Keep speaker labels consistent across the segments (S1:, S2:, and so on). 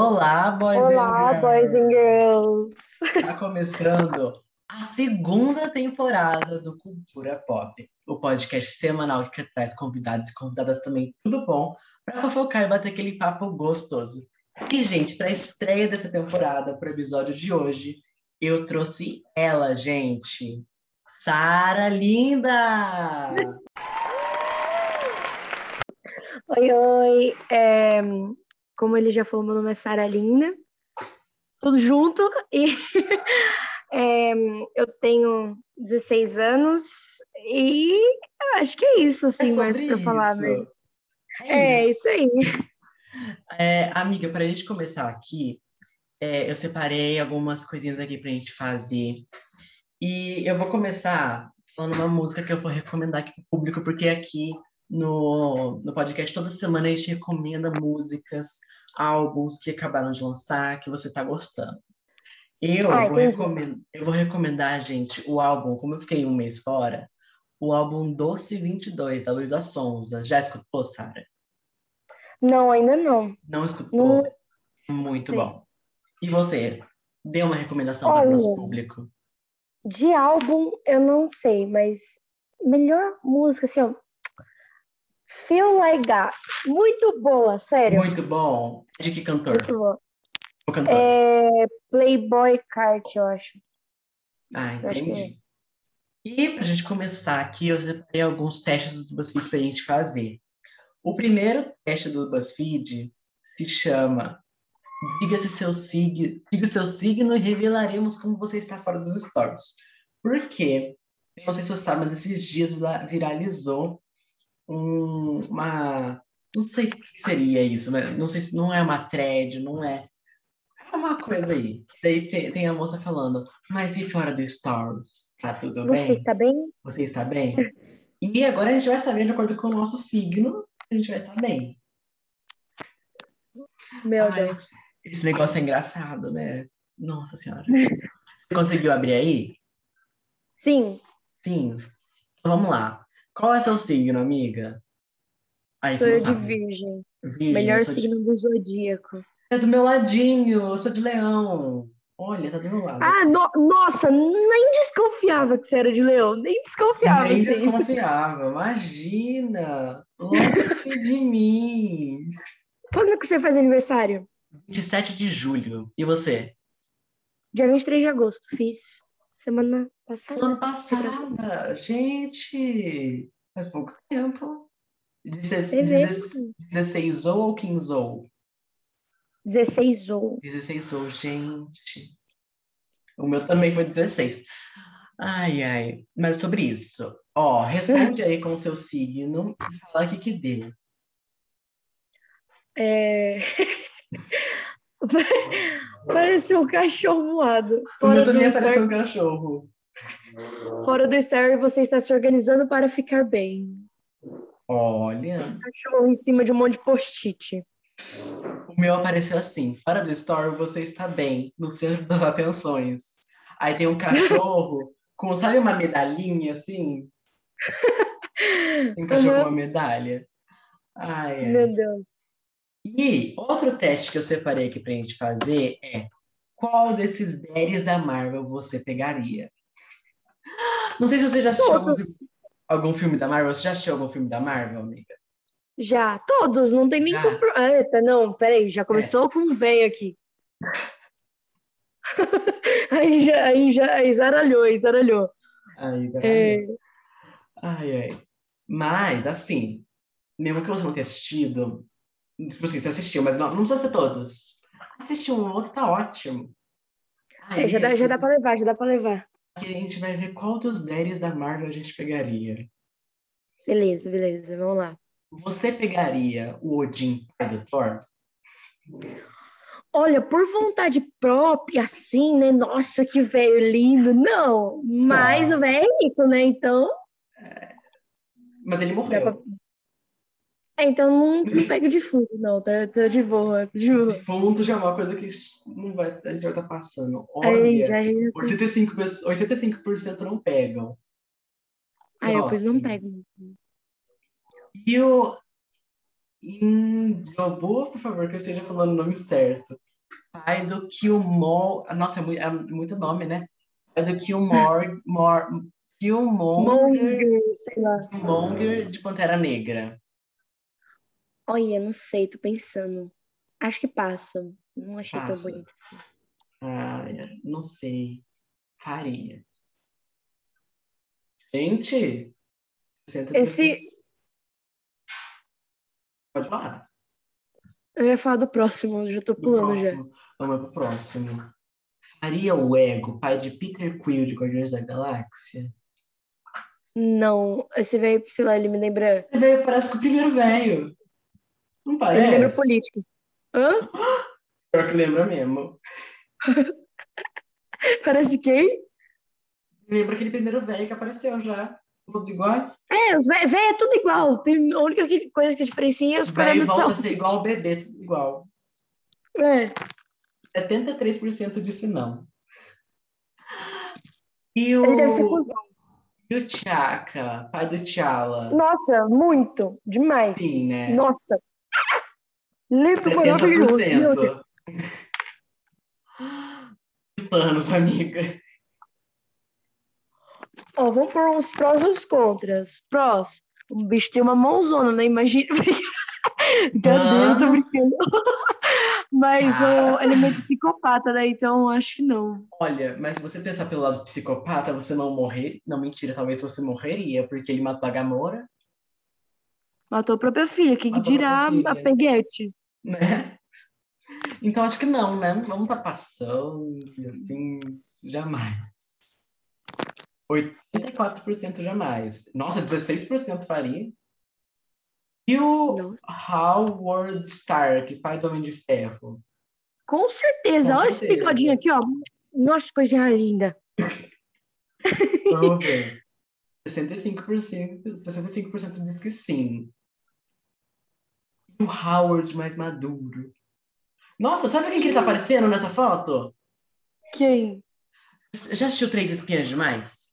S1: Olá, boys
S2: Olá,
S1: and
S2: boys
S1: girls!
S2: and girls!
S1: Está começando a segunda temporada do Cultura Pop, o podcast semanal que traz convidados e convidadas também tudo bom para fofocar e bater aquele papo gostoso. E, gente, para a estreia dessa temporada, para o episódio de hoje, eu trouxe ela, gente. Sara Linda!
S2: Oi, oi! É, como ele já falou, meu nome é Sara Linda, tudo junto, e é, eu tenho 16 anos e eu acho que é isso, assim, mais
S1: sobre
S2: pra falar,
S1: isso.
S2: né?
S1: É
S2: É
S1: isso.
S2: isso aí.
S1: É, amiga, para a gente começar aqui, é, eu separei algumas coisinhas aqui para a gente fazer. E eu vou começar falando uma música que eu vou recomendar aqui para o público, porque aqui no, no podcast toda semana a gente recomenda músicas, álbuns que acabaram de lançar, que você está gostando. Eu,
S2: Ah,
S1: vou
S2: entendi.
S1: recomen- eu vou recomendar, gente, o álbum, como eu fiquei um mês fora, o álbum Doce 22, da Luísa Sonza. Já escutou, Sara?
S2: Não, ainda não.
S1: Não escutou?
S2: Não.
S1: Muito
S2: Sim.
S1: bom. E você, dê uma recomendação para o
S2: Olha.
S1: nosso público.
S2: De álbum, eu não sei, mas melhor música, assim, ó. Feel Like That. Muito boa, sério.
S1: Muito bom. É De que cantor?
S2: Muito boa.
S1: O cantor.
S2: É Playboy Cart, eu acho.
S1: Ah,
S2: acho que é.
S1: entendi. E para a gente começar aqui, eu separei alguns testes do BuzzFeed para a gente fazer. O primeiro teste do BuzzFeed se chama Diga-se seu signo, diga o seu signo e revelaremos como você está fora dos stories. Por quê? Eu Não sei se você sabe, mas esses dias vira- viralizou um- uma. Não sei o que seria isso, mas não sei se não é uma thread, não é. É uma coisa aí. Daí tem, tem a moça falando, mas e fora do Stories? Tá tudo
S2: Você
S1: bem?
S2: está bem?
S1: Você está bem? E agora a gente vai saber, de acordo com o nosso signo, se a gente vai estar bem.
S2: Meu
S1: Ai,
S2: Deus.
S1: Esse negócio é engraçado, né? Nossa Senhora. Você conseguiu abrir aí?
S2: Sim,
S1: Sim. Então vamos lá. Qual é seu signo, amiga? Aí
S2: sou
S1: você não
S2: eu de
S1: sabe.
S2: virgem.
S1: Virgem,
S2: Melhor
S1: eu sou de-
S2: signo do zodíaco.
S1: É do meu ladinho, eu sou de leão. Olha, tá do meu lado.
S2: Ah, no- nossa, nem desconfiava que você era de leão. Nem desconfiava.
S1: Nem
S2: assim.
S1: desconfiava, é imagina! Longe de mim!
S2: Quando é que você faz aniversário?
S1: 27 de julho. E você?
S2: Dia 23 de agosto. Fiz semana
S1: No
S2: passada.
S1: ano passada! Gente! Faz pouco tempo.
S2: Você
S1: 16,
S2: vê.
S1: 16 ou 15 ou?
S2: 16 ou.
S1: 16 ou, gente. O meu também foi 16. Ai, ai. Mas sobre isso, ó, responde aí com o seu signo e fala o que que deu.
S2: É... Pareceu um cachorro moado.
S1: O
S2: Fora
S1: meu
S2: do,
S1: também
S2: story-
S1: apareceu um cachorro.
S2: fora do story, você está se organizando para ficar bem.
S1: Olha.
S2: Cachorro em cima de um monte de post-it.
S1: O meu apareceu assim: fora do story, você está bem, no centro das atenções. Aí tem um cachorro com, sabe, uma medalhinha assim? Tem um cachorro
S2: Uhum.
S1: com uma medalha. Ai, ai.
S2: Meu Deus.
S1: E outro teste que eu separei aqui pra gente fazer é qual desses 10 da Marvel você pegaria? Não sei se você já assistiu algum,
S2: Todos.
S1: fi- algum filme da Marvel. Você já assistiu algum filme da Marvel, amiga?
S2: Já, todos, não tem nem
S1: Já. É.
S2: compro... Ah, eita, não, peraí, já começou com um velho aqui. aí já, aí já, aí zaralhou, aí zaralhou.
S1: Ai, exatamente.
S2: É,
S1: Ai, ai. Mas, assim, mesmo que você não tenha assistido, tipo assim, você assistiu, mas não, não precisa ser todos. Assistir um outro tá ótimo.
S2: é, já, dá, já dá pra levar, já dá pra levar.
S1: Aqui a gente vai ver qual dos 10 da Marvel a gente pegaria.
S2: Beleza, beleza, vamos lá.
S1: Você pegaria o Odin, pai do Thor?
S2: Olha, por vontade própria, assim, né? Nossa, que velho lindo. Não, mas
S1: Ah.
S2: o velho é rico, né? Então,
S1: Mas ele
S2: dá pra...
S1: morreu.
S2: É, então não, não pego de fundo, não, tá, tá de boa, tá de boa.
S1: Ponto já é uma coisa que a gente não vai, a gente vai estar passando.
S2: Aí
S1: Olha,
S2: já, é, já...
S1: 85%, pessoas- 85% não pegam.
S2: Aí eu pois não
S1: Próximo.
S2: pego.
S1: E o Injobu, por favor, que eu esteja falando o nome certo. Pai do Killmore. Nossa, é muito, é muito nome, né? Pai do Killmore. More, Killmonger,
S2: Monger, sei lá.
S1: Killmonger de Pantera Negra.
S2: Olha, não sei, tô pensando. Acho que passa. Não achei tão
S1: Passa.
S2: bonito. assim.
S1: Ai, não sei. Faria. Gente! 60
S2: Esse-
S1: pessoas. Pode falar.
S2: Eu ia falar do próximo, eu já tô
S1: Do
S2: pulando já.
S1: próximo. Vamos pro próximo. Faria o ego, pai de Peter Quill de Guardiões da Galáxia?
S2: Não, esse veio, sei lá, ele me lembra.
S1: Esse velho parece com o primeiro velho. Não
S2: Ele me
S1: parece?
S2: lembra político. Hã?
S1: Pior que lembra mesmo.
S2: Parece quem?
S1: Lembra aquele primeiro velho que apareceu já. Todos iguais?
S2: É, os velhos é tudo igual. Tem, a única que- coisa que diferencia é os
S1: O velho
S2: parâmetros.
S1: volta a
S2: são-
S1: ser igual ao bebê, tudo igual.
S2: É.
S1: 73% disse não. E
S2: Ele deve ser
S1: o,
S2: cuzão.
S1: e o Tchaka, pai do Tchala?
S2: Nossa, muito. Demais.
S1: Sim, né?
S2: Nossa. Lindo, maravilhoso. Meu Deus.
S1: 70%. Thanos, amiga.
S2: Ó, vamos por uns prós e uns contras. Prós. O bicho tem uma mãozona, né? Imagina. Brincadeira, tô brincando. Mas o,
S1: Cara.
S2: ele é meio psicopata, né? Então acho que não.
S1: Olha, mas se você pensar pelo lado psicopata, você não morrer. Não, mentira, talvez você morreria, porque ele matou a Gamora,
S2: Matou a própria filha. O que que
S1: Matou a
S2: dirá
S1: própria
S2: a
S1: filha.
S2: peguete?
S1: né? Então acho que não, né? Vamos tá passando, assim, jamais. 84% jamais. Nossa, 16% faria. E o
S2: Nossa.
S1: Howard Stark, pai do Homem de Ferro.
S2: Com certeza.
S1: Com
S2: Olha esse
S1: certeza.
S2: bigodinho aqui, ó. Nossa, que coisa linda.
S1: Vamos ver. 65%, 65% diz que sim. E o Howard mais maduro. Nossa, sabe quem que ele tá aparecendo nessa foto?
S2: Quem?
S1: Já assistiu Três Espiãs Demais?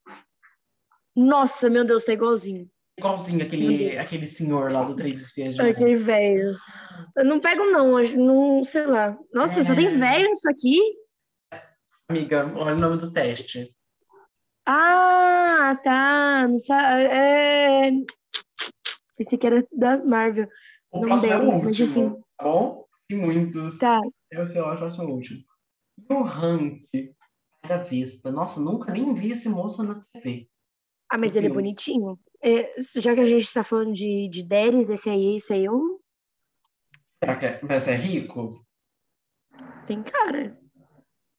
S2: Nossa, meu Deus, tá igualzinho.
S1: Igualzinho
S2: Meu
S1: aquele,
S2: Deus.
S1: aquele senhor lá do Três Espiãs Demais.
S2: Aquele velho. Eu não pego, não. eu Não, sei lá. Nossa, só tem
S1: É.
S2: velho nisso aqui?
S1: Amiga, olha o nome do teste.
S2: Ah, tá. Não sa- é... Pensei que era da Marvel.
S1: O
S2: Não
S1: próximo é
S2: deles,
S1: o
S2: mas
S1: último, tá bom? Tem muitos.
S2: Tá.
S1: Eu sei, eu acho que é o último. E o Hank era Vespa. Nossa, nunca nem vi esse moço na TV.
S2: Ah, mas ele é
S1: Enfim.
S2: bonitinho. É, já que a gente tá falando de, de Deris, esse aí, esse aí eu...
S1: Será que é, mas é rico?
S2: tem cara.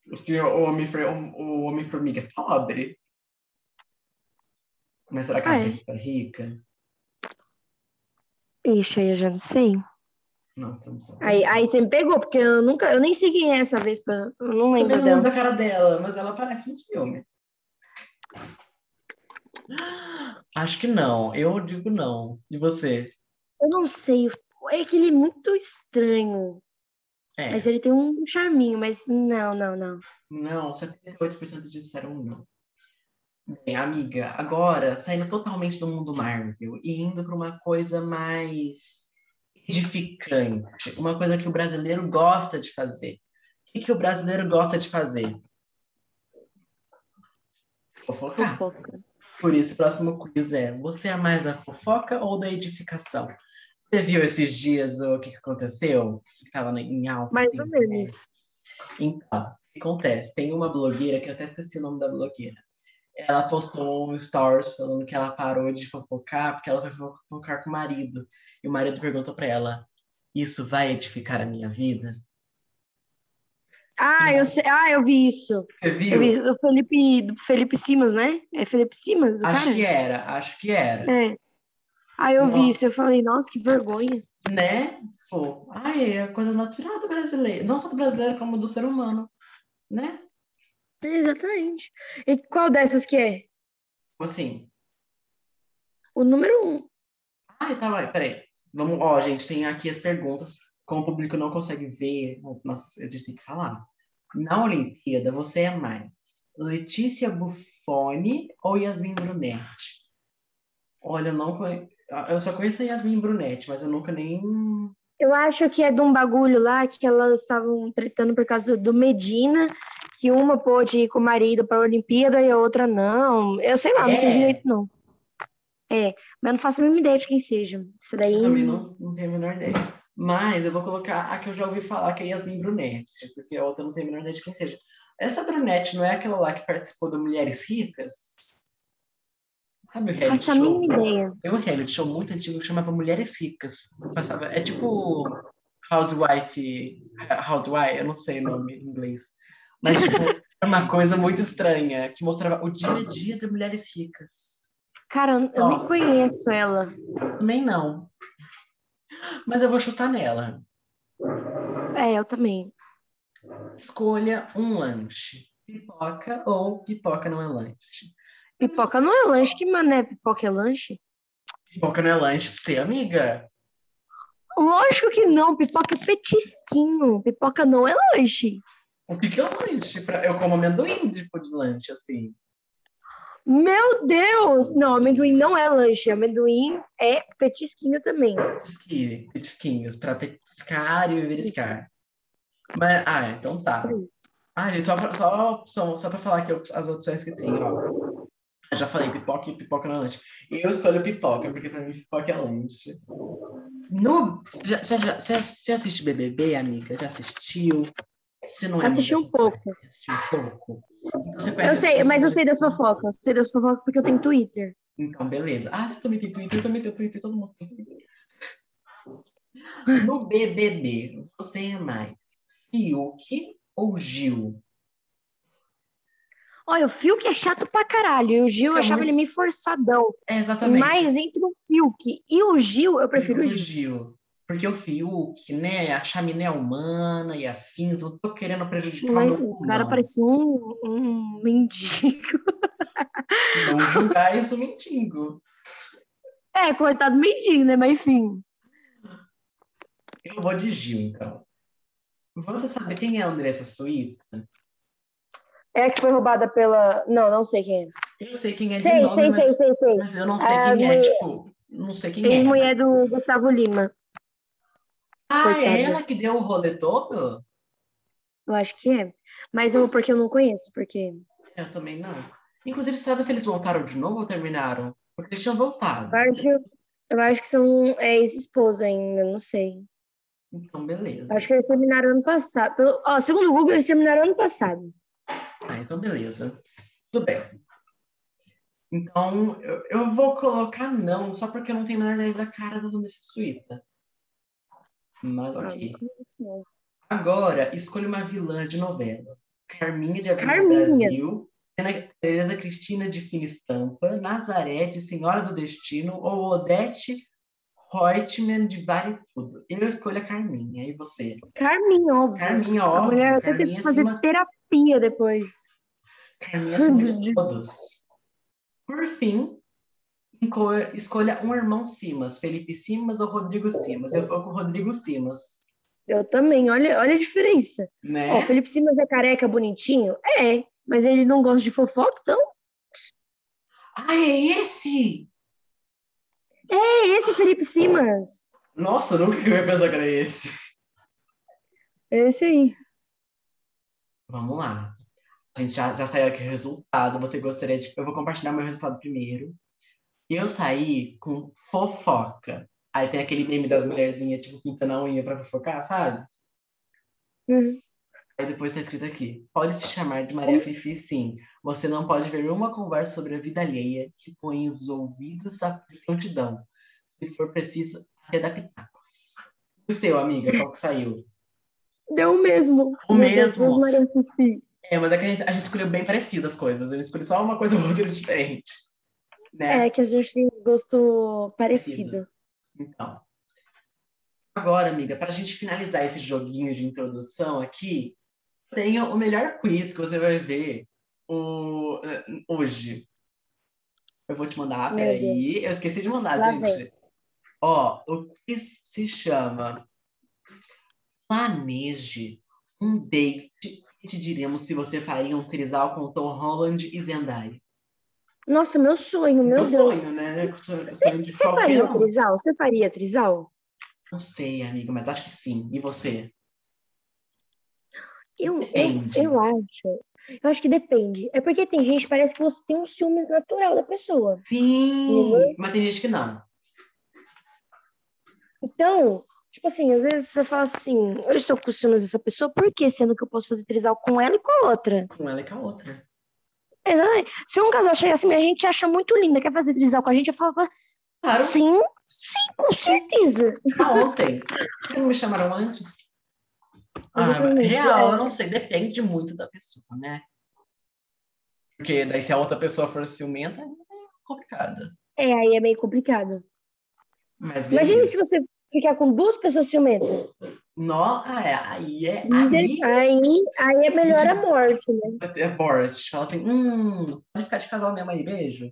S1: Porque o Homem-Formiga o, homem -formiga é pobre. Mas será que
S2: Ah,
S1: a
S2: é.
S1: Vespa é rica?
S2: Ixi, aí eu já não sei.
S1: Não, então. não.
S2: Aí, aí você me pegou, porque eu nunca, eu nem sei quem é essa vez, eu não
S1: Eu
S2: lembro
S1: não lembro
S2: dela.
S1: da cara dela, mas ela aparece nos filmes. Acho que não. Eu digo não. E você?
S2: Eu não sei. É que ele é muito estranho.
S1: É.
S2: Mas ele tem um charminho, mas não, não, não.
S1: Não, 78% disseram não. Bem, amiga, agora saindo totalmente do mundo Marvel e indo para uma coisa mais edificante, uma coisa que o brasileiro gosta de fazer. O que, que o brasileiro gosta de fazer? Fofocar.
S2: Fofoca.
S1: Por isso, o próximo quiz é: você é mais da fofoca ou da edificação? Você viu esses dias o que, que aconteceu? Que estava em alta.
S2: Mais
S1: assim,
S2: ou
S1: né?
S2: menos.
S1: Então, o que acontece? Tem uma blogueira, que eu até esqueci o nome da blogueira. Ela postou um stories falando que ela parou de fofocar porque ela foi fofocar com o marido. E o marido perguntou pra ela: Isso vai edificar a minha vida?
S2: Ah, eu sei. Ah, eu vi isso.
S1: Você viu?
S2: Eu vi do Felipe, do Felipe Simas, né? É Felipe Simas, o
S1: acho
S2: cara?
S1: que era, acho que era.
S2: É. Aí eu vi
S1: Nossa.
S2: isso, eu falei, nossa, que vergonha.
S1: Né? Pô, ai, é coisa natural do brasileiro. Não só do brasileiro, como do ser humano. Né?
S2: É, exatamente. E qual dessas que é?
S1: Como assim?
S2: O número um.
S1: Ah, tá, vai, peraí. Vamos, ó, gente, tem aqui as perguntas. Como o público não consegue ver, nossa, a gente tem que falar. Na Olimpíada, você é mais Letícia Buffoni ou Yasmin Brunetti? Olha, eu não conheço. Eu só conheço a Yasmin Brunetti, mas eu nunca nem.
S2: Eu acho que é de um bagulho lá que elas estavam tretando por causa do Medina, que uma pôde ir com o marido para a Olimpíada e a outra não. Eu sei lá, não sei
S1: É.
S2: direito, não. É, mas eu não faço a mínima ideia de quem seja. Isso daí.
S1: Eu também não, não tenho a menor ideia. Mas eu vou colocar a que eu já ouvi falar, que é Yasmin Brunetti, porque a outra não tem a menor ideia de quem seja. Essa Brunetti não é aquela lá que participou do Mulheres Ricas? Sabe o
S2: não
S1: reality
S2: faço a
S1: show?
S2: mínima ideia.
S1: Tem um reality show muito antigo que chamava Mulheres Ricas. Passava, é tipo Housewife, Housewife, eu não sei o nome em inglês. Mas tipo, é uma coisa muito estranha, que mostrava o dia a dia das mulheres ricas.
S2: Cara, eu
S1: Ó.
S2: nem conheço ela.
S1: Também não. Mas eu vou chutar nela.
S2: É, eu também.
S1: Escolha um lanche. Pipoca ou pipoca não é lanche.
S2: Pipoca não é lanche, que mané? Pipoca é lanche?
S1: Pipoca não é lanche pra você, amiga.
S2: Lógico que não, pipoca é petisquinho. Pipoca não é lanche.
S1: O que que é um lanche? Pra- Eu como amendoim, tipo, de lanche, assim.
S2: Meu Deus! Não, amendoim não é lanche. Amendoim é petisquinho também.
S1: Petisqui- petisquinhos para petiscar e beliscar. Mas, ah, então tá. Ah, gente, só, pra- só a opção, só pra falar que eu- as opções que tem, ó. Eu já falei pipoca e pipoca não é lanche. Eu escolho pipoca, porque pra mim pipoca é lanche. No, já, já, já, você, você assiste BBB, amiga? Já assistiu? Você não é
S2: Assisti
S1: muito-
S2: um pouco.
S1: Assistiu um pouco? Então, você
S2: Eu
S1: conhece-
S2: sei, mas eu sei das fofocas. Eu sei das fofocas porque eu tenho Twitter.
S1: então, beleza. Ah, você também tem Twitter, eu também tenho Twitter, todo mundo tem Twitter. No BBB, você é mais Fiuk ou Gil?
S2: Olha, o Fiuk é chato pra caralho. E o Gil, eu
S1: É
S2: achava
S1: muito-
S2: ele meio forçadão.
S1: É, exatamente.
S2: Mas entre o Fiuk e o Gil, eu
S1: Eu prefiro
S2: prefiro o
S1: o
S2: Gil.
S1: Gil. Porque o Fiuk, né, a chaminé humana e afins, não tô querendo prejudicar
S2: Mas
S1: o meu
S2: o cara
S1: pulmão.
S2: parecia um, um mendigo.
S1: Não julgar isso mendigo.
S2: É, coitado do mendigo, né? Mas enfim.
S1: Eu vou de Gil, então. Você sabe quem é a Andressa Suíta?
S2: É a que foi roubada pela. Não, não sei quem é.
S1: Eu sei quem é de
S2: Sei,
S1: nome,
S2: sei,
S1: mas,
S2: sei, sei, sei.
S1: mas eu não sei
S2: A
S1: quem é,
S2: mulher-
S1: tipo, não sei quem é.
S2: Ex-mulher do Gustavo Lima.
S1: Ah, é
S2: Coitada.
S1: ela que deu o rolê todo?
S2: Eu acho que é. Mas eu, porque eu não conheço, porque.
S1: Eu também não. Inclusive, sabe se eles voltaram de novo ou terminaram? Porque eles tinham voltado.
S2: Eu acho, eu acho que são é, ex-esposa ainda, não sei.
S1: Então, beleza.
S2: Acho que eles terminaram ano passado. Pelo, ó, segundo o Google, eles terminaram ano passado.
S1: Ah, então, beleza. Tudo bem. Então, eu, eu vou colocar não, só porque eu não tenho a menor ideia da cara da Vanessa Suíta. Mas
S2: Ah,
S1: ok.
S2: não conheço, não.
S1: Agora, escolha uma vilã de novela. Carminha de Avenida
S2: Carminha.
S1: Brasil, Ana- Tereza Cristina de Fina Estampa, Nazaré de Senhora do Destino ou Odete Reutemann de Vale Tudo. Eu escolho a Carminha, e você?
S2: Carminha, óbvio.
S1: Carminha,
S2: a
S1: óbvio.
S2: mulher até teve
S1: Carminha
S2: que fazer
S1: acima,
S2: terapia depois.
S1: Carminha acima de todos. Por fim, enco- escolha um irmão Simas, Felipe Simas ou Rodrigo Simas. Eu vou com o Rodrigo Simas,
S2: Eu também, olha, olha a diferença.
S1: né?
S2: Ó, o Felipe Simas é careca, bonitinho? É, mas ele não gosta de fofoca, então
S1: Ah, é esse!
S2: é esse Felipe Simas.
S1: Nossa, eu nunca que eu ia pensar que era esse.
S2: É esse aí.
S1: Vamos lá. A gente já, já saiu aqui o resultado. Você gostaria de. Eu vou compartilhar meu resultado primeiro. Eu saí com fofoca. Aí tem aquele meme das mulherzinhas, tipo, pintando a unha pra fofocar, sabe?
S2: Uhum.
S1: Aí depois tá escrito aqui: pode te chamar de Maria Fifi, sim. Você não pode ver uma conversa sobre a vida alheia que põe os ouvidos à prontidão. Se for preciso, até dar pitacos. O seu, amiga, qual que saiu?
S2: Deu o mesmo.
S1: O
S2: Meu Deus,
S1: mesmo.
S2: duas Maria Fifi.
S1: É, mas é que a gente, a gente escolheu bem parecidas as coisas. Eu escolhi só uma coisa ou outra diferente. Né?
S2: É que a gente tem um gosto parecido.
S1: Então. Agora, amiga, pra gente finalizar esse joguinho de introdução aqui, tenho o melhor quiz que você vai ver o- eh, hoje. Eu vou te mandar,
S2: Meu
S1: peraí. Eu esqueci de mandar,
S2: Lá
S1: gente. Ó, o quiz se chama Planeje um date e te diremos se você faria um trisal com Tom Holland e Zendaya.
S2: Nossa, meu sonho, meu, Deus.
S1: sonho, né? O sonho- o sonho de
S2: Você
S1: qualquer
S2: faria
S1: um.
S2: trisal? Você faria trisal?
S1: Não sei, amiga, mas acho que sim. E você?
S2: Eu, eu,
S1: Depende.
S2: eu acho. Eu acho que depende. É porque tem gente, parece que você tem um ciúmes natural da pessoa.
S1: Sim!
S2: Uhum.
S1: Mas tem gente que não.
S2: Então, tipo assim, às vezes você fala assim, eu estou com ciúmes dessa pessoa, por que? Sendo que eu posso fazer trisal com ela e com a outra.
S1: Com ela é com a outra.
S2: Exatamente. Se um casal chegar assim, a gente acha muito linda, quer fazer trisal com a gente, eu falo,
S1: Claro,
S2: sim, sim, com certeza.
S1: tá ontem. Por que não me chamaram antes? Ah,
S2: Exatamente,
S1: real,
S2: é.
S1: eu não sei. Depende muito da pessoa, né? Porque daí se a outra pessoa for ciumenta, é complicado.
S2: É, aí é meio complicado.
S1: Mas
S2: Imagina
S1: beleza.
S2: se você ficar com duas pessoas ciumentas.
S1: Nó, ah, é, aí é. Aí
S2: Miser- Aí, aí é melhor a morte, né?
S1: é Boris. Fala assim, hum, pode ficar de casal mesmo aí, beijo.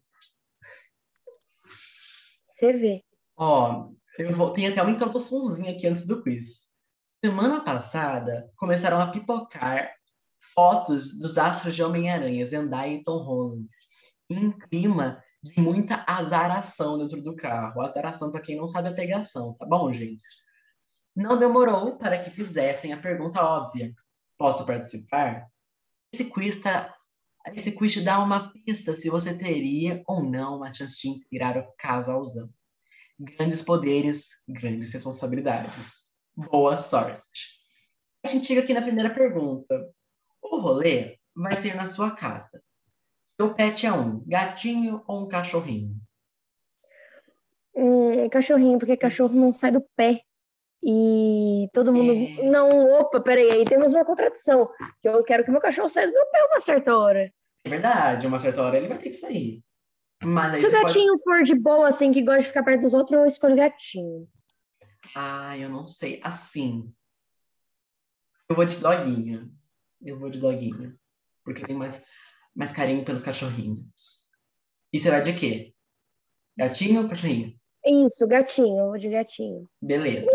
S2: Você vê.
S1: Ó, eu vou, tem até uma introduçãozinha aqui antes do quiz. Semana passada, começaram a pipocar fotos dos astros de Homem-Aranha, Zendaya e Tom Holland, em clima de muita azaração dentro do carro. Azaração, para quem não sabe, é pegação, tá bom, gente? Não demorou para que fizessem a pergunta óbvia. Posso participar? Esse quiz, tá, esse quiz te dá uma pista se você teria ou não uma chance de integrar o casalzão grandes poderes, grandes responsabilidades. Boa sorte. A gente chega aqui na primeira pergunta. O rolê vai ser na sua casa. Seu pet é um gatinho ou um cachorrinho?
S2: Um cachorrinho, porque cachorro não sai do pé. E todo mundo.
S1: É.
S2: Não, opa, peraí, aí temos uma contradição. Que eu quero que meu cachorro saia do meu pé uma certa hora.
S1: É verdade, uma certa hora ele vai ter que sair. Mas aí
S2: Se o
S1: você pode-
S2: gatinho for de boa, assim, que gosta de ficar perto dos outros, eu escolho gatinho.
S1: Ah, eu não sei. Assim. Eu vou de doguinho. Eu vou de doguinho. Porque eu tenho mais, mais carinho pelos cachorrinhos. E você vai de quê? Gatinho ou cachorrinho?
S2: Isso, gatinho, eu vou de gatinho.
S1: Beleza.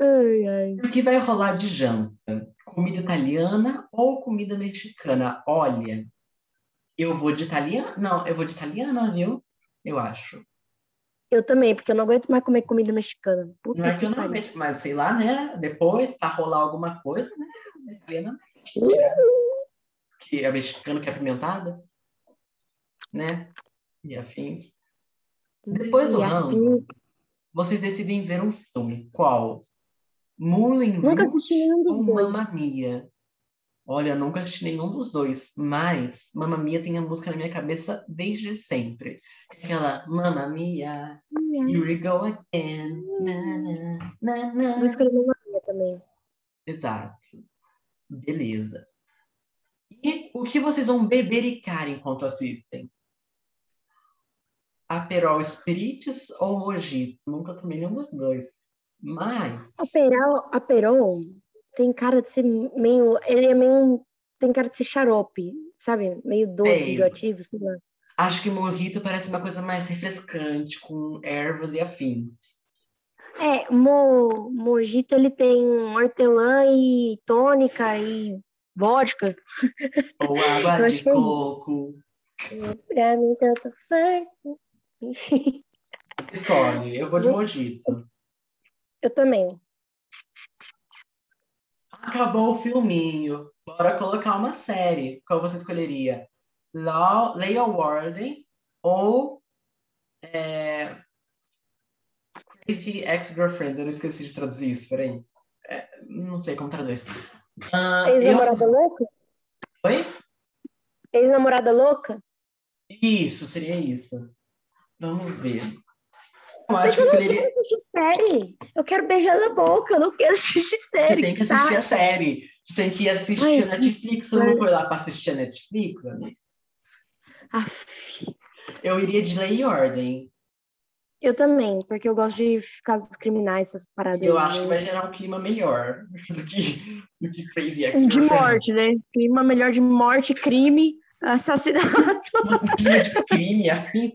S2: ai, ai.
S1: O que vai rolar de janta? Comida italiana ou comida mexicana? Olha, eu vou de italiana. Não, eu vou de italiana, viu? Eu acho.
S2: Eu também, porque eu não aguento mais comer comida mexicana. Puta
S1: Não é que eu não
S2: pariu.
S1: mexo, mas sei lá, né? Depois, pra rolar alguma coisa, né? Italiana que é mexicano, que é apimentada, né? E afins. Depois do
S2: E
S1: rango.
S2: afim,
S1: Vocês decidem ver um filme. Qual? Moulin
S2: Nunca
S1: Rouge?
S2: assisti nenhum dos
S1: ou
S2: dois.
S1: Mamma Mia? Olha, eu nunca assisti nenhum dos dois, mas Mamma Mia tem a música na minha cabeça desde sempre. Aquela Mamma Mia, here we go again, na, na, na,
S2: Vou
S1: na.
S2: escolher Mamma Mia também.
S1: Exato. Beleza. E o que vocês vão bebericar enquanto assistem? Aperol Spirits ou Mojito? Nunca tomei nenhum dos dois. Mas...
S2: Aperol, Aperol tem cara de ser meio. Ele é meio. Tem cara de ser xarope, sabe? Meio doce,
S1: Sei.
S2: enjoativo, sei lá.
S1: Acho que mojito parece uma coisa mais refrescante, com ervas e afins.
S2: É, mo, mojito ele tem hortelã e tônica e vodka.
S1: Ou água
S2: Eu
S1: de
S2: achei.
S1: coco.
S2: Pra mim tanto faz.
S1: Escolhe, eu vou de mojito.
S2: Eu também.
S1: Acabou o filminho. Bora colocar uma série. Qual você escolheria? Law, Lay of Warden ou é, Crazy Ex-Girlfriend. Eu não esqueci de traduzir isso, peraí. É, não sei como traduz. Ah, eu...
S2: Ex-namorada louca?
S1: Oi?
S2: Ex-namorada louca?
S1: Isso, seria isso. Vamos ver. Eu
S2: Mas
S1: acho que é-
S2: eu não
S1: escolheria.
S2: quero assistir série. Eu quero beijar na boca. Eu não quero assistir série.
S1: Você
S2: tá?
S1: tem que assistir a série. Você tem que ir assistir a
S2: Ai,
S1: Netflix. Você não foi lá para assistir a Netflix, amigo?
S2: Aff.
S1: Eu iria de lei e ordem.
S2: Eu também, porque eu gosto de casos criminais, essas paradas.
S1: Eu
S2: aí,
S1: acho que
S2: né?
S1: vai gerar um clima melhor do que, do que Crazy
S2: Um de
S1: Ex-Girlfriend.
S2: morte, né? Clima melhor de morte, crime, assassinato.
S1: Um clima de crime, afins.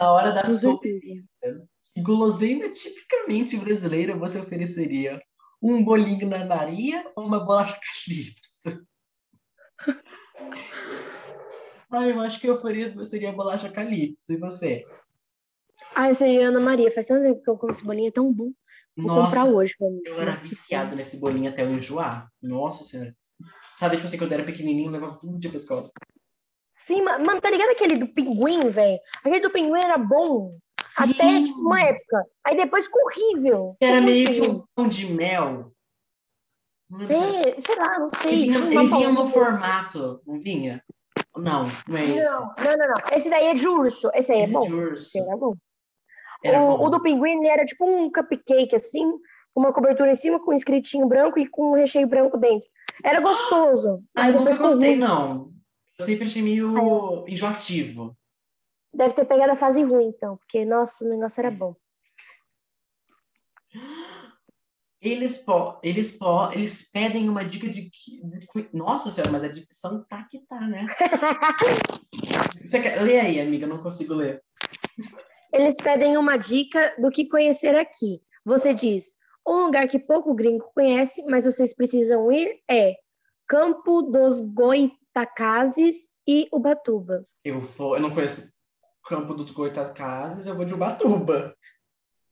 S1: Na hora da
S2: é-
S1: sopa, que guloseima tipicamente brasileira você ofereceria um bolinho na Maria ou uma bolacha calypso? ah, eu acho que eu faria, seria bolacha calypso. E você?
S2: Ah, eu seria Ana Maria. Faz tanto tempo que eu como esse bolinho, é tão bom. Vou comprar né?
S1: Nossa,
S2: hoje. Vamos.
S1: eu era viciado nesse bolinho até eu enjoar. Nossa senhora. Sabe, tipo assim, quando eu era pequenininho, eu levava todo dia pra escola.
S2: Sim, ma- mano, tá ligado aquele do pinguim, velho? Aquele do pinguim era bom. Até
S1: Sim.
S2: tipo, uma época. Aí depois ficou horrível.
S1: Era
S2: Ficou
S1: meio que
S2: horrível.
S1: um pão de mel. Não lembro se era-
S2: É, sei lá, não sei.
S1: Ele vinha,
S2: tinha uma
S1: ele vinha
S2: palavra
S1: no
S2: desse.
S1: formato, não vinha? Não, não é esse.
S2: Não, não, não, não. Esse daí é de urso. Esse aí é
S1: Esse
S2: bom.
S1: de urso.
S2: Esse era bom.
S1: Era
S2: o,
S1: bom.
S2: o do pinguim ele era tipo um cupcake, assim, com uma cobertura em cima, com um escritinho branco e com um recheio branco dentro. Era gostoso.
S1: Ah, eu nunca
S2: ficou
S1: gostei,
S2: ruim.
S1: não. Eu sempre achei meio enjoativo.
S2: Deve ter pegado a fase ruim, então, porque, nossa, o negócio era bom.
S1: Eles, po, eles, po, eles pedem uma dica de, que- de que- Nossa senhora, mas a dicção tá que tá, né? Você quer... Lê aí, amiga, eu não consigo ler.
S2: Eles pedem uma dica do que conhecer aqui. Você diz: um lugar que pouco gringo conhece, mas vocês precisam ir é Campo dos Goitacazes e Ubatuba.
S1: Eu vou, eu não conheço Campo dos Goitacazes, eu vou de Ubatuba.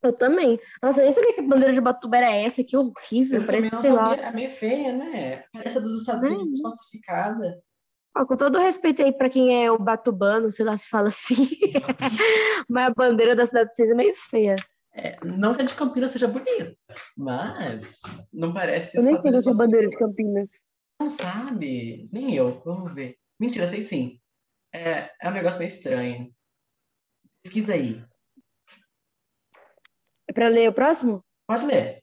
S2: Eu também. Nossa, eu nem sabia que a bandeira de Ubatuba era essa, que horrível.
S1: Eu também
S2: parece,
S1: não
S2: sei lá.
S1: sabia, é meio feia, né? Parece a dos Estados
S2: Ai,
S1: Unidos falsificada.
S2: Ó, com todo o respeito aí pra quem é ubatubano, sei lá se fala assim, mas a bandeira da cidade de vocês é meio feia.
S1: É, não que a de Campinas seja bonita, mas não parece.
S2: Eu nem
S1: os
S2: sei se é a
S1: Estados Unidos
S2: bandeira de Campinas.
S1: Não sabe, nem eu. Vamos ver. Mentira, sei sim. É, é um negócio meio estranho. Pesquisa aí.
S2: É pra ler o próximo?
S1: Pode ler.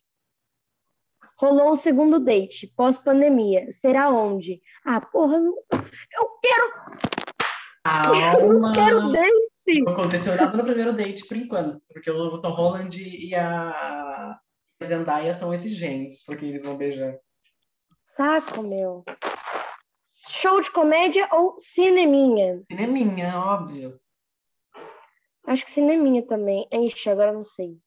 S2: Rolou um segundo date, pós-pandemia. Será onde? Ah, porra, não- eu quero, eu
S1: Calma.
S2: não quero date.
S1: Não aconteceu nada no primeiro date, por enquanto. Porque o Tom Holland e a Zendaya são esses gênios, porque eles vão beijar.
S2: Saco, meu. Show de comédia ou cineminha?
S1: Cineminha, óbvio.
S2: Acho que cineminha também. Ixi, agora eu não sei.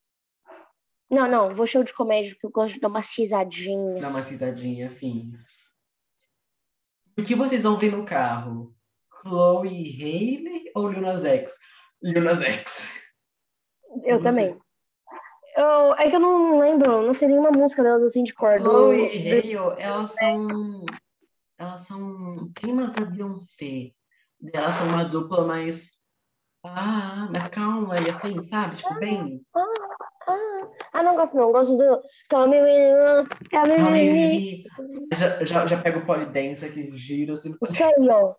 S2: Não, não, vou show de comédia, porque eu gosto de dar umas risadinhas.
S1: Dá uma risadinha, afim. O que vocês vão ver no carro? Chloe Haley ou Lil Nas X? Lil Nas X.
S2: eu
S1: Você?
S2: também. Eu, é que eu não lembro, não sei nenhuma música delas assim de cor. do-
S1: Chloe
S2: do-
S1: e Hale, elas são. Elas são primas da Beyoncé. Elas são uma dupla mais. Ah, mais calma e assim, sabe? Tipo, bem.
S2: Ah, ah, não gosto não, gosto do... Come with me, come with
S1: Calma
S2: me.
S1: e- Já, já, já pega o polidense aqui, gira assim.
S2: Isso aí, ó.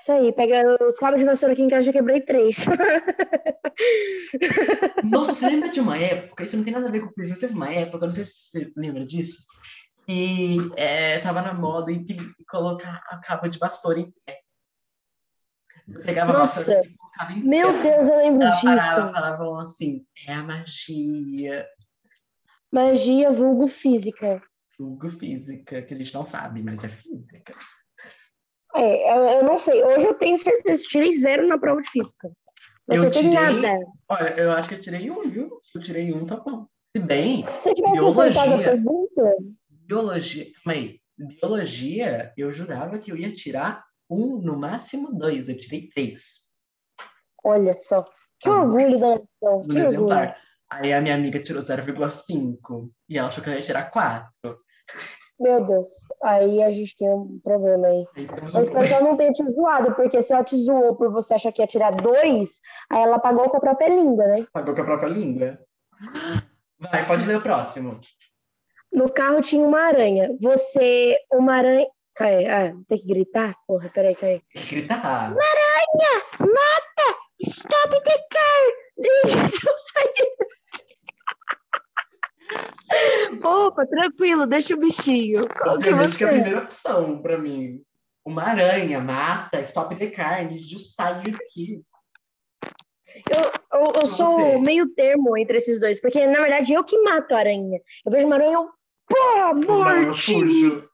S2: Isso aí, pega os cabos de vassoura aqui em casa, já quebrei três.
S1: Nossa, você lembra de uma época? Isso não tem nada a ver com o perfil. Teve uma época, não sei se você lembra disso, que é, tava na moda e pe- colocar a capa de vassoura em pé. Eu pegava
S2: Nossa.
S1: a vassoura e colocava em
S2: Meu
S1: pé.
S2: Deus, eu lembro
S1: Ela parava,
S2: disso.
S1: falavam assim, é a magia,
S2: Magia vulgo física.
S1: vulgo física, que a gente não sabe, mas é física.
S2: É, eu, eu não sei. Hoje eu tenho certeza, tirei zero na prova de física. Não
S1: Eu
S2: acertei
S1: tirei-
S2: nada.
S1: Olha, eu acho que eu tirei um, viu? Se eu tirei um, tá bom. Se bem,
S2: Se eu tivesse acertado a
S1: Biologia.
S2: pergunta,
S1: biologia, calma aí, biologia, eu jurava que eu ia tirar um, no máximo dois, eu tirei três
S2: olha só.
S1: Tá
S2: Que orgulho da nação.
S1: no
S2: Que orgulho.
S1: exemplar. Aí a minha amiga tirou 0,5 e ela achou que eu ia tirar 4.
S2: Meu Deus. Aí a gente tem um problema aí.
S1: Aí temos
S2: Eu
S1: um
S2: espero que ela não tenha te zoado, porque se ela te zoou por você achar que ia tirar dois, aí ela pagou com a própria língua, né?
S1: pagou com a própria língua. Vai, pode ler o próximo.
S2: No carro tinha uma aranha. Você, uma aranha. Ai, ai, vou ter que gritar? Porra, peraí, peraí.
S1: Tem que gritar.
S2: Stop the car! Deixa eu sair! Opa, tranquilo, deixa o bichinho. Qual que
S1: Obviamente que é a
S2: você?
S1: primeira opção pra mim. Uma aranha, mata, stop de carne, just sair daqui.
S2: Eu, eu, eu sou
S1: Você.
S2: meio termo entre esses dois, porque na verdade eu que mato a aranha. Eu vejo uma aranha, eu. Pô,
S1: Não, eu
S2: morte!
S1: fujo.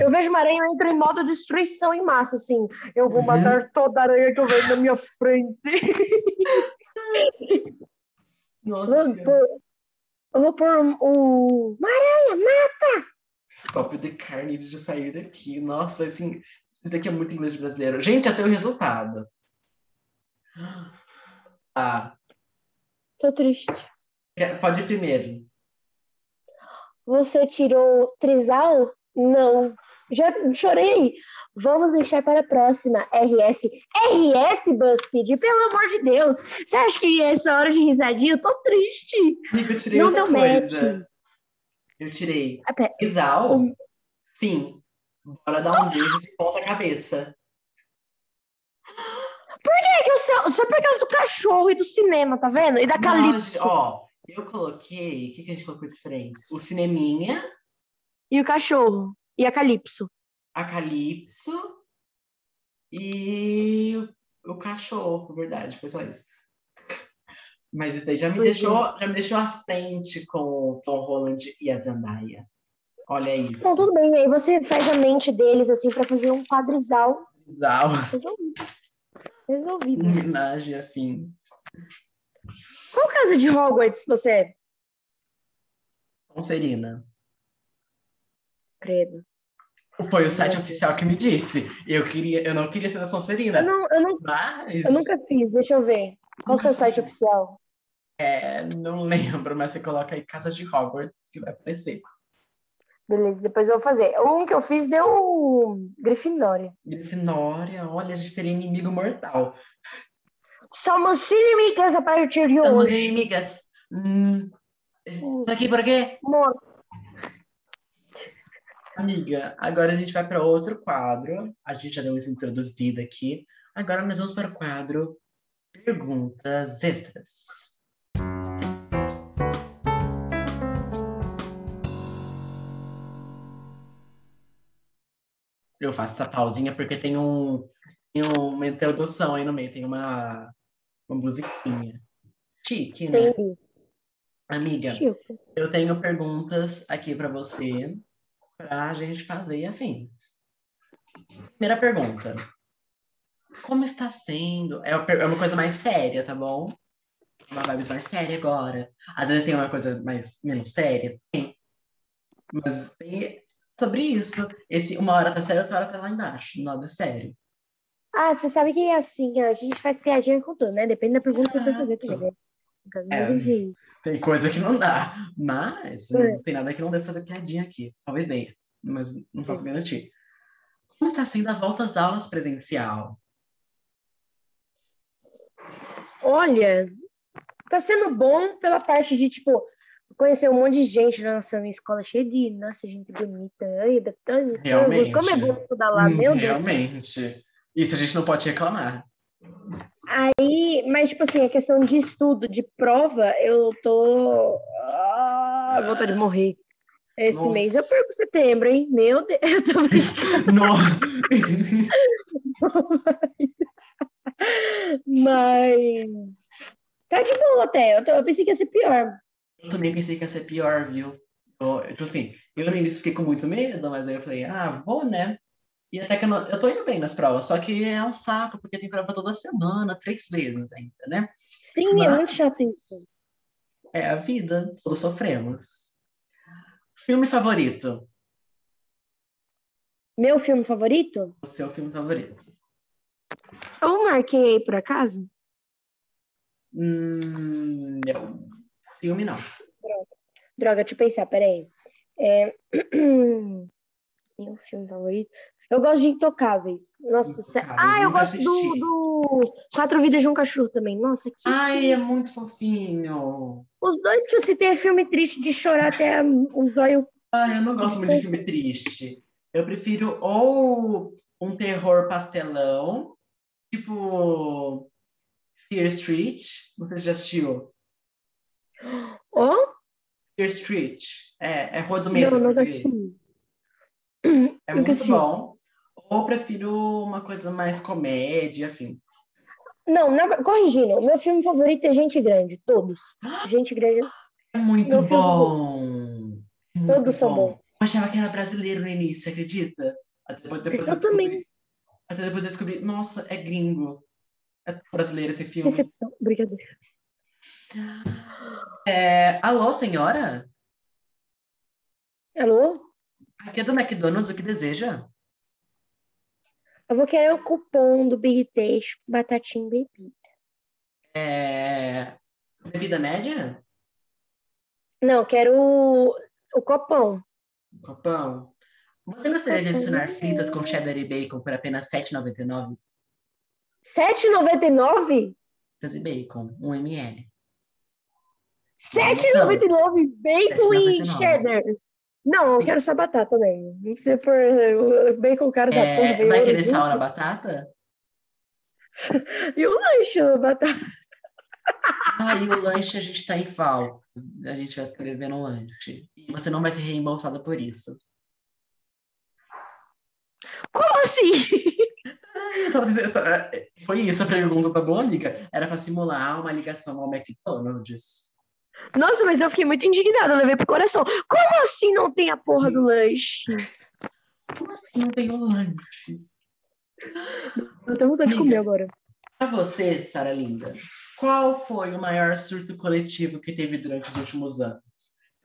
S2: Eu vejo uma aranha, eu entro em modo destruição em massa, assim. Eu vou
S1: Uhum.
S2: matar toda aranha que eu vejo na minha frente.
S1: Nossa
S2: Mano,
S1: senhora.
S2: Eu vou pôr um- o. Uma aranha, ma-
S1: Stop the carnage de sair daqui. Nossa, assim, isso daqui é muito inglês brasileiro. Gente, até o resultado. Ah,
S2: Tô triste.
S1: quer- pode ir primeiro.
S2: Você tirou trisal? Não. Já chorei. Vamos deixar para a próxima. RS. RS, BuzzFeed, pelo amor de Deus. Você acha que essa hora de risadinha? Eu tô triste.
S1: Amigo, eu tirei
S2: Não
S1: outra
S2: deu match.
S1: coisa. Eu tirei
S2: Ah, pera.
S1: Isal.
S2: Hum.
S1: Sim. Bora dar um beijo de ponta cabeça.
S2: É que eu só, só por causa do cachorro e do cinema, tá vendo? E da
S1: Não,
S2: Calypso.
S1: gente, ó, eu coloquei. O que, que a gente colocou de frente? O Cineminha,
S2: E o cachorro. E a Calypso.
S1: a Calypso e o, o cachorro, verdade, foi só isso. Mas isso daí já me,
S2: Pois
S1: deixou, já me deixou à frente com o Tom Holland e a Zendaya. Olha isso.
S2: Não, Tá, tudo bem. Aí você faz a mente deles, assim, pra fazer um quadrisal
S1: Isal,
S2: resolvido. Resolvido.
S1: homenagem a fim.
S2: Qual casa de Hogwarts você é?
S1: Sonserina.
S2: Credo.
S1: Foi o site oficial que me disse. Eu, queria, eu não queria ser da Sonserina.
S2: Eu, não, eu, não,
S1: Mas.
S2: eu nunca fiz, deixa eu ver. Qual que é o site oficial?
S1: É, não lembro, mas você coloca aí Casa de Hogwarts que vai aparecer.
S2: Beleza, depois eu vou fazer. Um que eu fiz deu Grifinória.
S1: Grifinória, olha, a gente teria inimigo mortal.
S2: Somos inimigas a partir de
S1: Somos
S2: hoje.
S1: inimigas. Hum, tá aqui por quê?
S2: Amor,
S1: Amiga, agora a gente vai para outro quadro. A gente já deu essa introduzida aqui. Agora nós vamos para o quadro Perguntas Extras. Eu faço essa pausinha porque tem, um, tem uma introdução aí no meio, tem uma, uma musiquinha. Chique, né?
S2: entendi.
S1: Amiga,
S2: Chico.
S1: eu tenho perguntas aqui para você, para a gente fazer afins. Primeira pergunta. Como está sendo? É uma per- é uma coisa mais séria, tá bom? Uma vibe mais séria agora. Às vezes tem uma coisa mais menos séria, tem. Mas tem sobre isso. Esse uma hora tá séria, outra hora tá lá embaixo. Nada sério.
S2: Ah, você sabe que é assim, a gente faz piadinha com tudo, né? Depende da pergunta que você for fazer também. né? Mas
S1: É.
S2: enfim.
S1: Tem coisa que não dá, mas
S2: É.
S1: não tem nada que não deve fazer piadinha aqui. Talvez dê, mas não posso garantir. Como está sendo a volta às aulas presencial?
S2: Olha, tá sendo bom pela parte de, tipo, conhecer um monte de gente. Nossa, minha escola é cheia de, nossa, gente bonita. Ai, da- ai,
S1: Realmente.
S2: Como é bom estudar lá,
S1: Hum,
S2: meu Deus.
S1: Realmente. Isso a gente não pode reclamar.
S2: E, mas, tipo assim, a questão de estudo, de prova, eu tô. Ah, vontade de morrer. Esse
S1: Nossa.
S2: mês eu perco setembro, hein? Meu Deus, eu tô brincando.
S1: No-
S2: Mas. Tá de boa até. Eu, tô- eu pensei que ia ser pior.
S1: Eu também pensei que ia ser pior, viu? Eu, tipo assim, eu no início fiquei com muito medo, mas aí eu falei, ah, vou, né? E até que eu, não- eu tô indo bem nas provas, só que é um saco, porque tem prova toda semana, três vezes ainda, né?
S2: Sim, é
S1: Mas-
S2: muito chato isso.
S1: É a vida, todos sofremos. Filme favorito?
S2: Meu filme favorito?
S1: é O seu filme favorito?
S2: Eu marquei aí por acaso?
S1: Hum, não. Filme não.
S2: Droga, deixa eu pensar, peraí. É... Meu filme favorito. Eu gosto de Intocáveis. Nossa, sé-
S1: Intocáveis,
S2: ah, eu
S1: nunca
S2: gosto do,
S1: assisti.
S2: do Quatro Vidas de um Cachorro também. Nossa, que.
S1: Ai, é muito fofinho.
S2: Ah. Os dois que eu citei é filme triste de chorar até a- o zóio.
S1: Ai, eu não gosto muito de filme triste. Eu prefiro ou um terror pastelão, tipo Fear Street. Não sei se já assistiu.
S2: Oh,
S1: Fear Street. É, é Rua do Medo.
S2: não,
S1: em
S2: não
S1: português.
S2: assisti.
S1: É
S2: Nunca
S1: muito
S2: assisti.
S1: bom. Ou prefiro uma coisa mais comédia, assim. enfim.
S2: Não, na- corrigindo. O meu filme favorito é Gente Grande. Todos.
S1: Ah!
S2: Gente Grande.
S1: É muito
S2: Meu filme
S1: bom. Muito
S2: Todos são
S1: bom.
S2: bons.
S1: Eu achava que era brasileiro no início, acredita? Até depois, depois
S2: Eu
S1: descobri-
S2: também.
S1: Até depois eu descobri, nossa, é gringo. É tão brasileiro esse filme.
S2: Decepção. Brincadeira.
S1: É, alô, senhora?
S2: Alô?
S1: Aqui é do McDonald's, o que deseja?
S2: Eu vou querer o cupom do Big Taste, batatinha bebida.
S1: É, bebida média?
S2: Não, eu quero o, o copão.
S1: Copão? Você gostaria de adicionar fritas com cheddar e bacon por apenas R$ 7,99?
S2: 7,99?
S1: Fritas e bacon, 1 ml.
S2: 7,99 bacon e
S1: 7,99.
S2: cheddar. Não, eu quero só batata também. Não precisa pôr eh, o bacon caro da
S1: É,
S2: porra.
S1: vai
S2: veio
S1: querer
S2: junto.
S1: sal né? na batata?
S2: E o lanche, batata.
S1: Ah, e o lanche a gente tá em falta. A gente vai escrever no lanche. E você não vai ser reembolsada por isso.
S2: Como assim?
S1: Eu tava dizendo- eu tava- Então, Foi isso a pergunta da boa amiga. Era pra simular uma ligação ao McDonald's.
S2: Nossa, mas eu fiquei muito indignada, eu levei pro coração. Como assim não tem a porra do lanche?
S1: Como assim não tem um lanche?
S2: Eu tenho vontade de
S1: Amiga.
S2: comer agora.
S1: Pra você, Sara Linda, qual foi o maior surto coletivo que teve durante os últimos anos?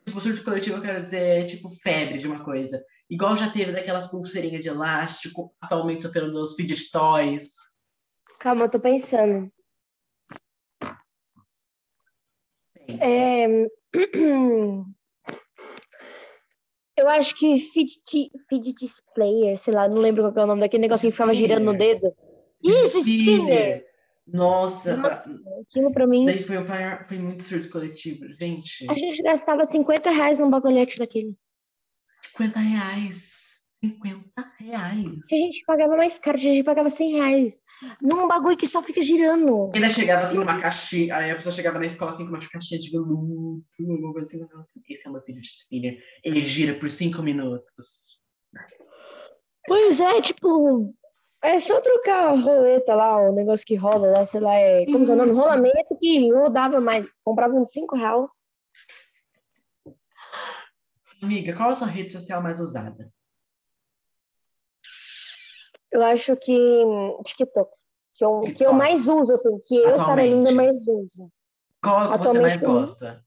S1: Tipo, surto coletivo, eu quero dizer, tipo, febre de uma coisa. Igual já teve daquelas pulseirinhas de elástico, atualmente tá tendo os fidget toys.
S2: Calma, eu tô pensando.
S1: Pensa.
S2: É, Eu acho que fidget, fidget player, sei lá, não lembro qual que é o nome daquele negocinho que ficava girando no
S1: Spinner.
S2: dedo. Isso, spinner!
S1: Nossa,
S2: Nossa, aquilo pra mim.
S1: daí foi, o maior, foi muito surto coletivo. Gente,
S2: A gente gastava 50 reais num bagulhete daquele.
S1: 50 reais. 50 reais.
S2: A gente pagava mais caro, a gente pagava 100 reais. Num bagulho que só fica girando.
S1: Ainda chegava assim numa caixinha, aí a pessoa chegava na escola assim com uma caixinha de veludo, uma coisa assim, nossa, esse é meu filho de spinner. Ele gira por cinco minutos.
S2: Pois é, tipo. É só trocar a roleta lá, o negócio que rola lá, sei lá, é. Como que é o nome? Rolamento que rodava mais. Comprava uns 5 reais.
S1: Amiga, qual a sua rede social mais usada?
S2: Eu acho que hum, TikTok. Que eu, que eu
S1: TikTok.
S2: mais uso, assim, que eu, Sara
S1: Ah. Atualmente.
S2: Linda, mais uso.
S1: Qual é que você
S2: Atualmente
S1: mais
S2: eu-
S1: gosta?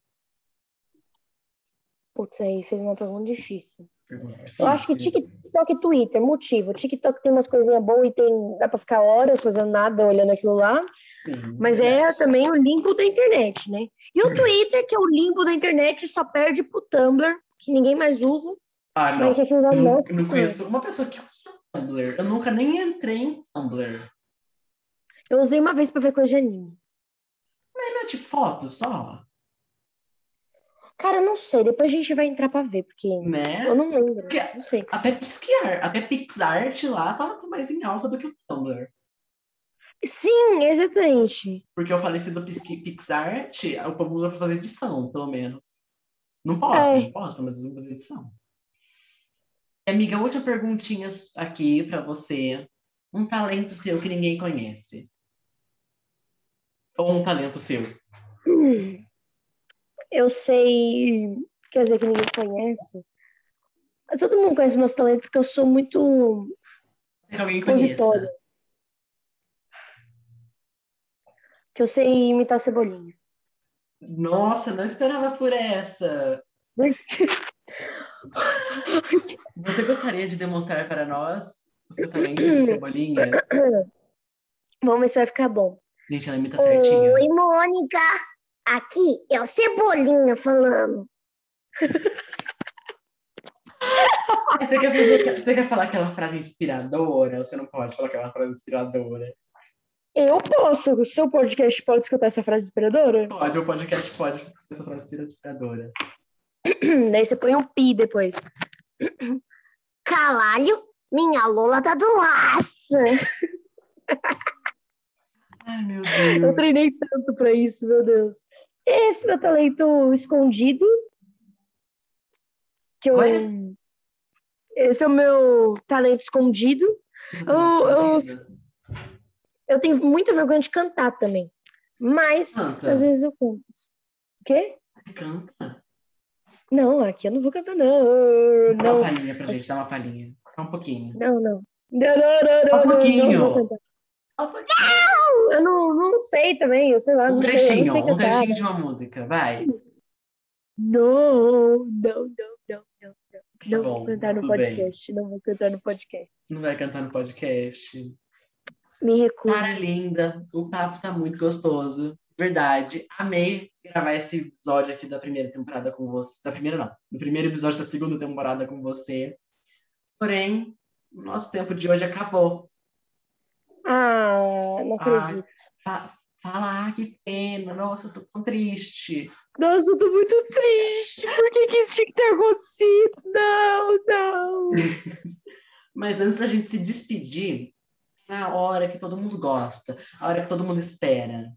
S2: Putz, aí fez uma pergunta difícil.
S1: Pergunta
S2: Eu acho que
S1: difícil.
S2: TikTok e Twitter, motivo. TikTok tem umas coisinhas boas e tem, dá pra ficar horas fazendo nada olhando aquilo lá.
S1: Sim,
S2: Mas é
S1: verdade.
S2: também o limbo da internet, né? E o Twitter, que é o limbo da internet, só perde pro Tumblr, que ninguém mais usa.
S1: Ah, não.
S2: Mas que aquilo lá,
S1: Eu não,
S2: nossa.
S1: eu não
S2: senhora.
S1: conheço uma pessoa que usa Tumblr. Eu nunca nem entrei em Tumblr.
S2: Eu usei uma vez pra ver coisa de anime.
S1: Mas não é de foto só,
S2: Cara, eu não sei. Depois a gente vai entrar pra ver, porque
S1: né?
S2: eu não lembro.
S1: Que-
S2: Não sei.
S1: Até Pixar, até PixArt lá tava mais em alta do que o Tumblr.
S2: Sim, exatamente.
S1: Porque eu falei se do Pix- PixArt, o povo usa pra fazer edição, pelo menos. Não posta,
S2: É.
S1: não posta, mas usa pra fazer edição. E, Amiga, última perguntinha aqui pra você. Um talento seu que ninguém conhece. Ou um talento seu.
S2: Hum. Eu sei. Quer dizer, que ninguém conhece. Todo mundo conhece meus talentos, porque eu sou muito
S1: Que alguém
S2: Expositório.
S1: conheça.
S2: que eu sei imitar o Cebolinha.
S1: Nossa, não esperava por essa. Você gostaria de demonstrar para nós o seu talento de cebolinha?
S2: Vamos ver se vai ficar bom.
S1: Gente, ela imita certinho.
S2: Mônica! Aqui é o Cebolinha falando.
S1: Ah, Você quer, fazer- você quer falar aquela frase inspiradora? Ou Você não pode falar aquela frase inspiradora?
S2: Eu posso. O seu podcast pode escutar essa frase inspiradora?
S1: Pode, o podcast pode fazer essa frase inspiradora.
S2: Daí você põe um pi depois. Caralho, minha Lola tá do laço.
S1: Ai, meu
S2: Eu
S1: Deus.
S2: treinei tanto pra isso, meu Deus. Esse meu talento escondido. Que eu...
S1: Oi?
S2: Esse é o meu talento escondido.
S1: Isso tá muito
S2: eu-
S1: escondido.
S2: Eu tenho muita vergonha de cantar também. Mas,
S1: Canta.
S2: às vezes eu canto. O quê?
S1: Canta.
S2: Não, aqui eu não vou cantar, não.
S1: Dá uma
S2: Não,
S1: palhinha pra gente, dá uma palhinha. Dá um pouquinho.
S2: não, não. Não, não, não,
S1: Só um
S2: não, não, não,
S1: pouquinho.
S2: vou cantar.
S1: Só um pouquinho.
S2: Eu não, não, não sei também, eu sei lá,
S1: Um
S2: não sei, eu não
S1: trechinho,
S2: sei
S1: um
S2: cantar. né?
S1: trechinho de uma música, vai.
S2: Não, não, não, não, não.
S1: Tá
S2: Não
S1: bom,
S2: vou cantar no
S1: tudo bem.
S2: podcast, não vou cantar no podcast.
S1: Não vai cantar no podcast.
S2: Me recuso.
S1: Sara linda, o papo tá muito gostoso. Verdade. Amei gravar esse episódio aqui da primeira temporada com você. Da primeira, não. Do primeiro episódio da segunda temporada com você. Porém, o nosso tempo de hoje acabou.
S2: Ah, não
S1: Ah.
S2: acredito.
S1: Fa- Fala, ah, que pena. Nossa, eu tô tão triste.
S2: Nossa, eu tô muito triste. Por que, que isso tinha que ter acontecido? Não, não.
S1: Mas antes da gente se despedir, na hora que todo mundo gosta, a hora que todo mundo espera,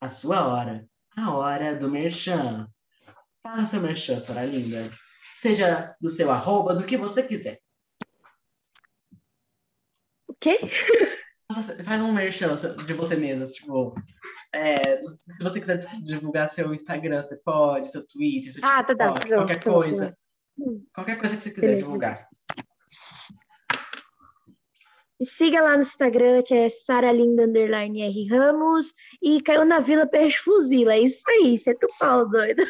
S1: a sua hora, a hora do merchan. Faça seu merchan, Sara Linda. Seja do seu arroba, do que você quiser.
S2: O quê?
S1: Faça- Faz um merchan seu- de você mesma, tipo... é, se você quiser divulgar seu Instagram, você pode, seu Twitter, seu
S2: Ah, tá, tá.
S1: TikTok,
S2: tá,
S1: qualquer
S2: tá, tá.
S1: coisa. Qualquer coisa que você quiser
S2: Beleza.
S1: divulgar.
S2: Me siga lá no Instagram, que é saralinda underline R Ramos. E caiu na Vila Peixe Fuzila. É isso aí, você é tu pau doido.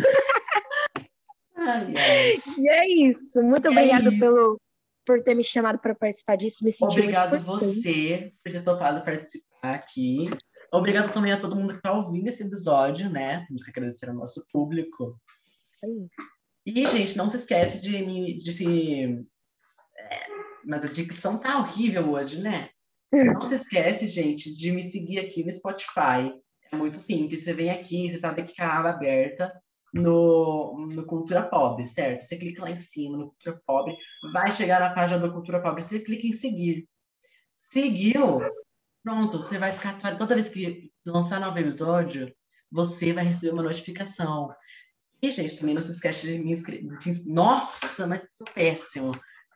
S1: Ai, ai.
S2: E é isso. Muito
S1: É
S2: obrigada
S1: isso.
S2: pelo por ter me chamado para participar disso. Me senti
S1: Obrigado
S2: muito importante.
S1: você por ter topado participar aqui. Obrigado também a todo mundo que está ouvindo esse episódio, né? Temos que agradecer ao nosso público.
S2: É
S1: E, gente, não se esquece de me. De se... É, Mas a dicção tá horrível hoje, né? Não se esquece, gente, de me seguir aqui no Spotify. É muito simples. Você vem aqui, você tá daqui com a aba aberta no, no Cultura Pobre, certo? Você clica lá em cima no Cultura Pobre, vai chegar na página do Cultura Pobre, você clica em seguir. Seguiu? Pronto, você vai ficar atualizado. Toda vez que lançar novo episódio, você vai receber uma notificação. E, gente, também não se esquece de me inscrever. Nossa, mas tô péssimo.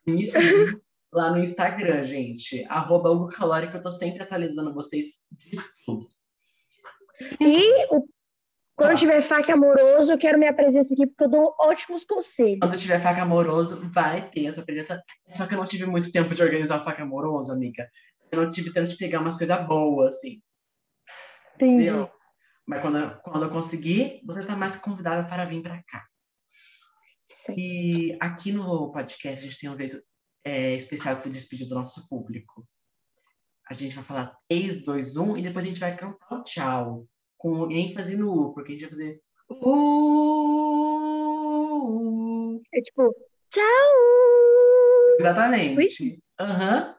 S1: Me seguir lá no Instagram, gente. Arroba Hugo Calori, que eu tô sempre atualizando vocês de tudo.
S2: E o- quando
S1: Tá.
S2: tiver faca amoroso, eu quero minha presença aqui, porque eu dou ótimos conselhos.
S1: Quando tiver faca amoroso, vai ter essa presença. Só que eu não tive muito tempo de organizar faca amoroso, amiga. Eu não tive tempo de pegar umas coisas boas, assim.
S2: Entendi.
S1: Entendeu? Mas quando, eu- quando eu conseguir, você tá mais que convidada para vir para cá.
S2: Isso aí.
S1: E aqui no podcast, a gente tem um jeito é, especial de se despedir do nosso público. A gente vai falar 3, 2, 1 e depois a gente vai cantar o tchau. Com alguém fazendo U, porque a gente vai fazer. U.
S2: É tipo, tchau!
S1: Exatamente. Aham.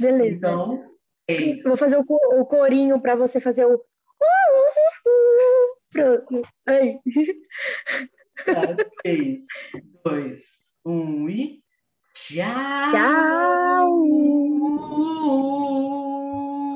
S2: Beleza.
S1: Então, é
S2: Eu
S1: isso.
S2: Vou fazer o, co- o corinho pra você fazer o. "Uh, Pronto. Ai.
S1: Tá? Três, dois, um e tchau!
S2: Tchau!
S1: tchau.